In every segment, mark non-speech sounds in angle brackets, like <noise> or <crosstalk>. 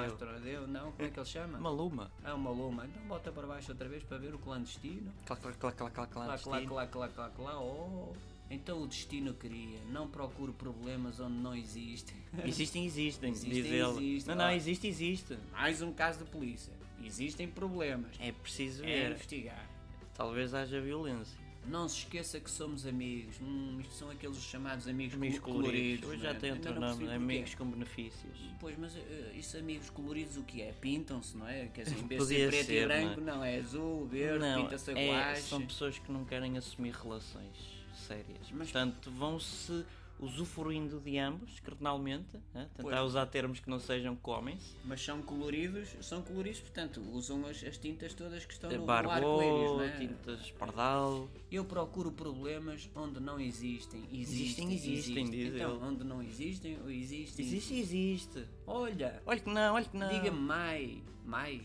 astro, Deus, não, como é que ele chama? Maluma. Ah, uma luma. Então bota para baixo outra vez para ver o clandestino. Clá, clá, clá, clá, clá, Lá, clandestino. lá, lá, lá, lá, lá, oh. Então o destino queria, não procure problemas onde não existem. Existem, existem, Existem, diz ele. existem, Não, não, lá. existe, existe. <laughs> Mais um caso de polícia. Existem problemas. É preciso É ver. investigar. Talvez haja violência. Não se esqueça que somos amigos. Hum, isto são aqueles chamados amigos, Amigos colo- coloridos. coloridos. Hoje não é? já tem Ainda outro não nome, percebi amigos porquê. com benefícios. Pois, mas eh, isso amigos coloridos o que é? Pintam-se, não é? Quer dizer, em vez de Podia ser preto ser, e branco, não não, é azul, verde, pinta-se a é- guache. são pessoas que não querem assumir relações sérias. Mas- Portanto, vão-se usufruindo de ambos, carnalmente, né? tentar Pois. usar termos que não sejam comens. Mas são coloridos, são coloridos, portanto, usam as, as tintas todas que É estão no, no arco-íris, Barbou, não é? tintas pardal. Eu procuro problemas onde não existem. Existem, Existem, existem, diz Então, ele. onde não existem, ou existem. Existe, existe. Olha, Olha que não, olha que não. diga-me mai, mai,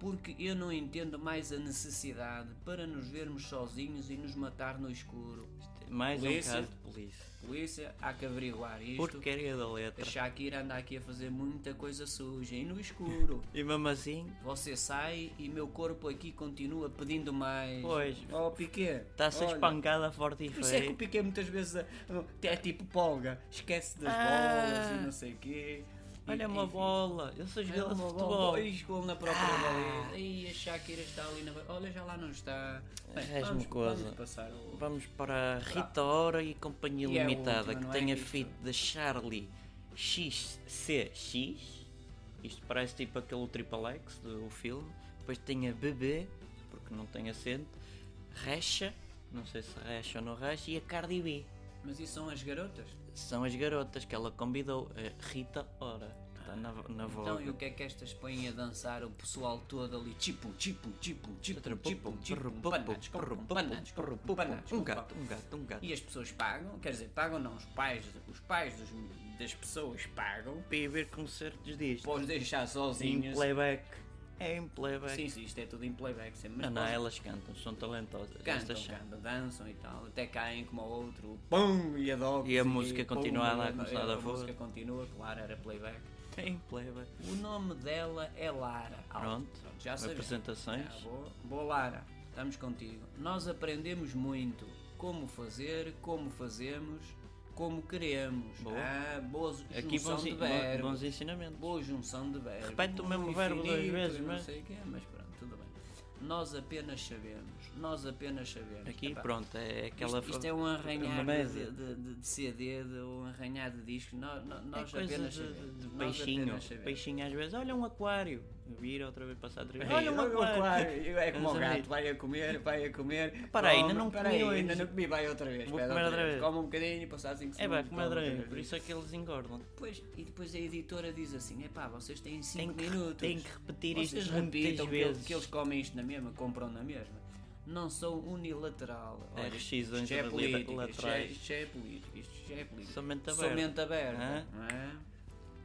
porque eu não entendo mais a necessidade para nos vermos sozinhos e nos matar no escuro. Mais Polícia. um caso de polícia. Polícia, há que averiguar isto. Porcaria da letra. A Shakira anda aqui a fazer muita coisa suja e no escuro. E mesmo assim, Você sai e meu corpo aqui continua pedindo mais. Pois. Oh, Piquet. está a ser olha, espancada forte e Por isso é que o feia. Piquet muitas vezes ah, é tipo polga, esquece das Ah. bolas e não sei o quê. E- Olha uma enfim. bola, eu sou Olha jogador de uma futebol. Ah. bola. Ih, golo na própria baliza. Ih, a Shakira está ali na. ba- Olha, já lá não está. Bem, És vamos, uma coisa. vamos passar o. Vamos para Rita Ora e Companhia E é a Limitada, última, que não é, tem a Rita? fit da Charlie XCX. Isto parece tipo aquele Triple X do filme. Depois tem a BB, porque não tem acento. Recha, não sei se recha ou não recha. E a Cardi B. Mas isso são as garotas? São as garotas que ela convidou. A Rita Ora, que está na, na Então, Vogue. e o que é que estas põem a dançar? O pessoal todo ali, tipo, tipo, tipo, tipo, tipo, tipo, panados, com panados, com panados, Um com gato, um gato, um gato. E as pessoas pagam, quer dizer, pagam não, os pais, os pais dos- das pessoas pagam Para ir ver concertos disto. para os deixar Em sozinhos. playback. É em playback. Sim, sim, isto é tudo em playback, sim, mas Não, não, é depois elas cantam, são talentosas. cantam, estas são. cantam, dançam e tal, até caem como ao outro, pum, e adoro. E a música continua a dar como se nada a música fosse. continua, claro, era playback. <laughs> Tem playback. O nome dela é Lara. Alto. Pronto, já sabemos. apresentações. Ah, boa. boa, Lara, estamos contigo. Nós aprendemos muito como fazer, como fazemos, como queremos. Boa. Ah, boa junção Aqui bons, de bons- verbos. bons ensinamentos. Boa junção de verbos. Repete o mesmo Boa verbo duas infinito, vezes, é? não mas- sei o quê, mas pronto, tudo bem. Nós apenas sabemos, nós apenas sabemos. Aqui, Epá, pronto, é aquela. Isto, isto é um arranhar uma de, média. de, de- de CD, de, um arranhar de disco. Nós, nós, É nós coisa apenas de, sabemos. de Nós peixinho. apenas sabemos. Peixinho às vezes, olha um aquário. Vira outra vez passar três Olha Olha um uma aquário. aquário, é como Mas o é gato, bonito. vai a comer, vai a comer. Para aí, ainda come, não para comi aí, hoje. Ainda não comi, vai outra vez. Vou pede comer outra vez. Come um bocadinho, passar 5 É segundos. bem, como come outra adorei. vez. Por isso é que eles engordam. Depois, e depois a editora diz assim: é pá, vocês têm Tem 5 que, minutos. tem que repetir isto Vocês muitas repitam que, ele- vezes. que eles comem isto na mesma, compram na mesma. Não são unilateral. É, Olha, rescisões isto já é político, isto já é- laterais. isto já é político, isto já é político. Sou mente Sou aberta. mente aberta. Hã? não é?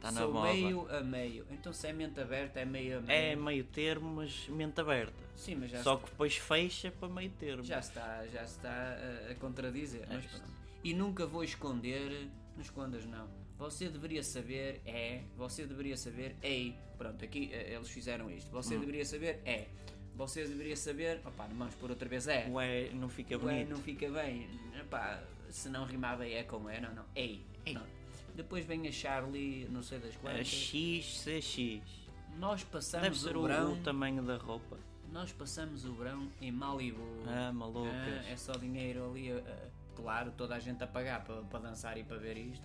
Tá na Sou moda. meio a meio. Então se é mente aberta, é meio a meio. É meio termo, mas mente aberta. Sim, mas já Só que depois fecha para meio termo. Já está, já está a, a contradizer, mas isto. pronto. E nunca vou esconder, não escondas não. Você deveria saber é, você deveria saber ei. Pronto, aqui eh, eles fizeram isto. Você Hum. deveria saber é. Você deveria saber, opá, não vamos por outra vez é. Ué, não fica O é bonito. não fica bem. Epá, se não rimava é com é, não, não. Ei. Não. Depois vem a Charlie, não sei das A quantas. XCX. Nós Deve passamos ser o o, verão, o tamanho da roupa. nós passamos o verão em Malibu. Ah, malucas. Ah, é só dinheiro ali, ah, ah, claro, toda a gente a pagar para para dançar e para ver isto,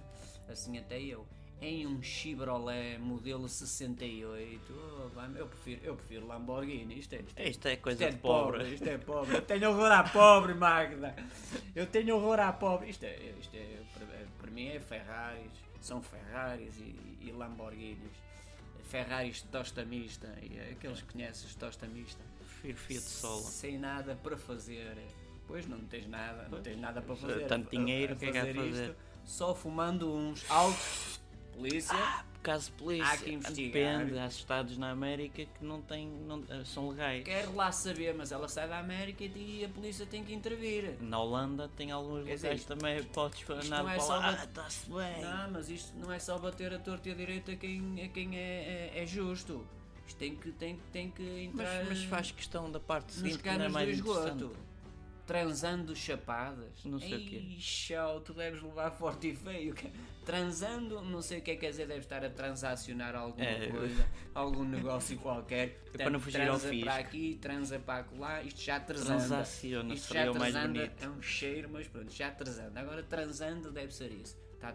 assim até eu. Em um Chevrolet modelo 68, oh, vai, eu, prefiro, eu prefiro Lamborghini, isto é, isto é, Isto é isto coisa é de de pobre. pobre, isto é pobre. Eu tenho horror à pobre, Magda. Eu tenho horror à pobre. Isto é, isto é para, para mim é Ferraris, são Ferraris e, e Lamborghinis. Ferraris de tosta mista, e aqueles que conheces de tosta mista Prefiro Fiat Solo. sem nada para fazer. Pois não tens nada, não tens nada para fazer. tanto dinheiro, o que é que há de fazer? Só fumando uns altos. Polícia, caso de polícia. Há que investigar. Depende, há estados na América que não têm, não- eh, são legais. Quero lá saber, mas ela sai da América e a polícia tem que intervir. Na Holanda tem alguns Quer dizer, locais também, podes andar não é para só uma- lá, ah, está-se bem. Não, mas isto não é só bater a torta e a direita a quem, a quem é, é- é justo. Isto tem que, tem, tem que entrar Mas, mas faz questão da parte é nos seguinte que não é canos do mais esgoto. interessante. Transando chapadas. Não sei o quê. Ei, chau, tu deves levar forte e feio. cara. Transando, não sei o que é que quer dizer, deves estar a transacionar alguma É, eu- coisa, algum negócio qualquer. <laughs> para Portanto, não fugir ao transa fisco. para aqui, transa para lá, isto já transanda. Transaciona, Isto seria já o mais transanda, bonito. é um cheiro, mas pronto, já transando. Agora transando deve ser isso. Está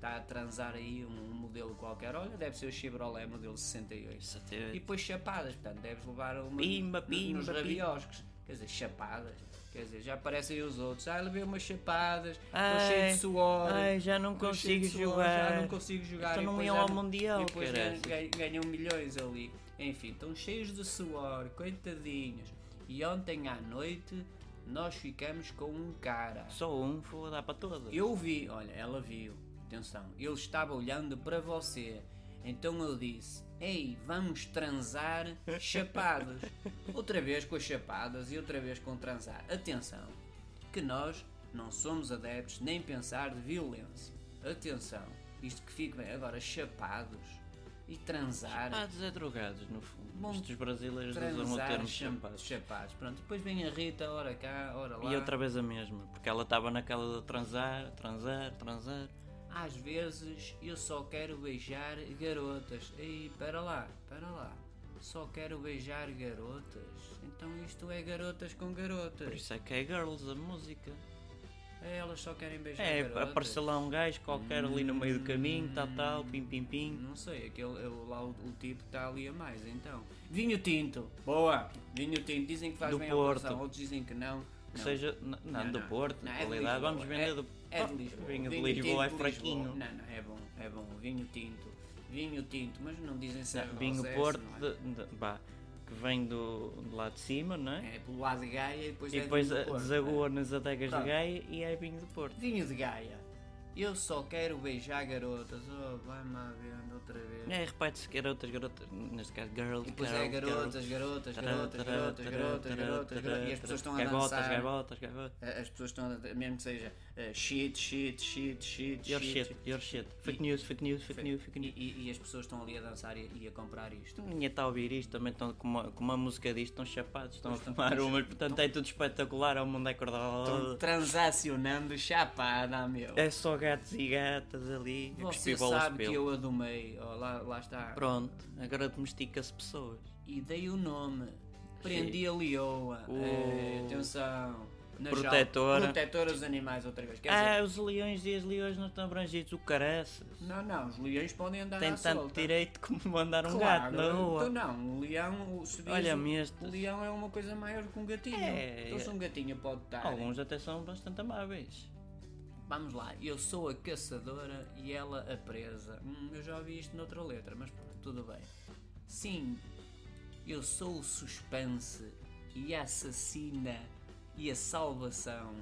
tá a transar aí um modelo qualquer. Olha, deve ser o Chevrolet modelo 68. Isso E até... depois chapadas, portanto, deves levar uma Pimba, no- pimba, nos pimba. rabiosques. Quer dizer, chapadas. Quer dizer, já aparecem os outros. Ah, levei umas chapadas, estou é- Ai, cheio de suor. Ai, já não estou cheio consigo de suor, jogar. Já não consigo jogar. Então e não depois iam já ao não- Mundial, E depois caraças. ganham, ganham milhões ali. Enfim, estão cheios de suor, coitadinhos. E ontem à noite nós ficamos com um cara. Só um, vou dar para todos. Eu vi, olha, ela viu, atenção, ele estava olhando para você. Então eu disse: Ei, vamos transar <laughs> chapados. outra vez com as chapadas e outra vez com transar. Atenção, que nós não somos adeptos nem pensar de violência. Atenção, isto que fica bem. Agora, chapados e transar. Ah, é drogados, no fundo. Bom, Estes brasileiros usam o Transar termo cham- chapados. chapados. Pronto, depois vem a Rita, ora cá, ora lá. E outra vez a mesma, porque ela estava naquela de transar, transar, transar. Às vezes eu só quero beijar garotas. Ei, para lá, para lá. Só quero beijar garotas. Então isto é garotas com Por garotas. isso é que é Girls a música. É, elas só querem beijar É, garotas. Hum. apareceu lá um gajo qualquer ali no meio do caminho, tal, tal, pim, pim, pim. Não sei, aquele, é o- lá o, o tipo está ali a mais, então. Vinho tinto. Boa. Vinho tinto. Dizem que faz Do bem Porto. à produção, outros dizem que não. Que Não. seja. n- Não, Não, do não. Porto, Não, de é de qualidade. Lisboa. Vamos vender É- do. É Oh, de Lisboa. Vinho de Vinho Lisboa é tinto de Lisboa. fraquinho. Não, não, é bom, é bom. Vinho tinto. Vinho tinto, mas não dizem se é Não, Vinho rosé, se Porto, não é. de- de- vá, que vem do, de lá de cima, não é? É pelo lado de Gaia e depois E é depois vinho a- do Porto, desagoa nas adegas de Pronto. Gaia e é vinho do Porto. é? Vinho de Gaia. Eu só quero beijar garotas. Oh, vai-me à venda outra vez. É, repete-se que era outras garotas, neste caso, girls, E depois girl, é garotas, girl. garotas, Tará, garotas, tará, garotas, tará, garotas, tará, garotas, tará, garotas. E as tará. pessoas estão a Gaivotas, dançar. Gaivotas, gaivotas. As pessoas estão a dançar, mesmo que seja eh, shit, shit, shit, shit, Your shit. shit, your shit. Fake news, fake news, fake news, fake E, news. e- e as pessoas estão ali a dançar e, e a comprar isto. Ninguém está a ouvir isto, também estão com uma, com uma música disto, estão chapados, estão a Estão- fumar umas, portanto é tudo espetacular, é o mundo é Estão cordal. transacionando chapada, meu. É um só gatos e gatas ali, a Você cuspir bolas de sabe que pelo. eu a domei. Oh, lá, lá está. Pronto, agora domestica-se pessoas. e dei o nome. Prendi a leoa. Oh. Eh, atenção. Na jaula. Protetora. Protetora dos animais outra vez. Quer dizer, Ah, os leões e as leões não estão abrangidos, o caraças. não, não, os leões podem andar Tem à tanto Ah, solta. direito como mandar um Claro, gato na rua. então não, o leão, o, se diz, Olha-me o- este. o leão é uma coisa maior que um gatinho. É, então se é. um gatinho pode estar. Alguns até são bastante amáveis. Vamos lá, eu sou a caçadora e ela a presa. Hum, eu já ouvi isto noutra letra, mas pronto, tudo bem. Sim, eu sou o suspense e a assassina e a salvação.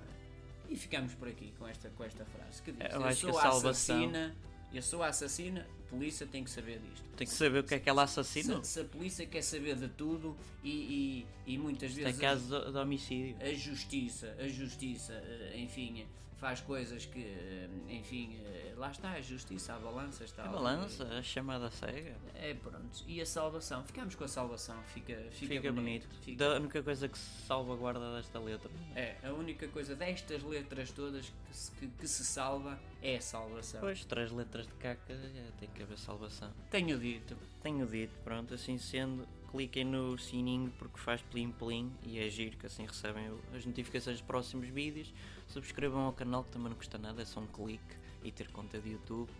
E ficamos por aqui com esta, com esta frase. Que diz, Eu eu, acho sou que a a salvação- assassina, eu sou a assassina, a polícia tem que saber disto. Tem que saber o que é que ela assassina. Se, se a polícia quer saber de tudo e, e, e muitas É vezes caso de, de homicídio. a justiça, a justiça, eh, enfim, faz coisas que, eh, enfim, eh, lá está a justiça, a balança está. A ali. balança, a chamada cega. É pronto. E a salvação, ficamos com a salvação, fica, fica, Fica, bonito. Fica- Da única coisa que se salvaguarda desta letra. É, a única coisa destas letras todas que se, que- que se salva é a salvação. Pois, três letras de caca, é, tem que haver salvação. Tenho dito. Tenho dito, pronto, assim sendo, cliquem no sininho porque faz plim plim e é giro que assim recebem o- as notificações dos próximos vídeos. Subscrevam ao canal que também não custa nada, é só um clique e ter conta de YouTube,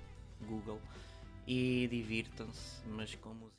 Google. E divirtam-se, mas com música.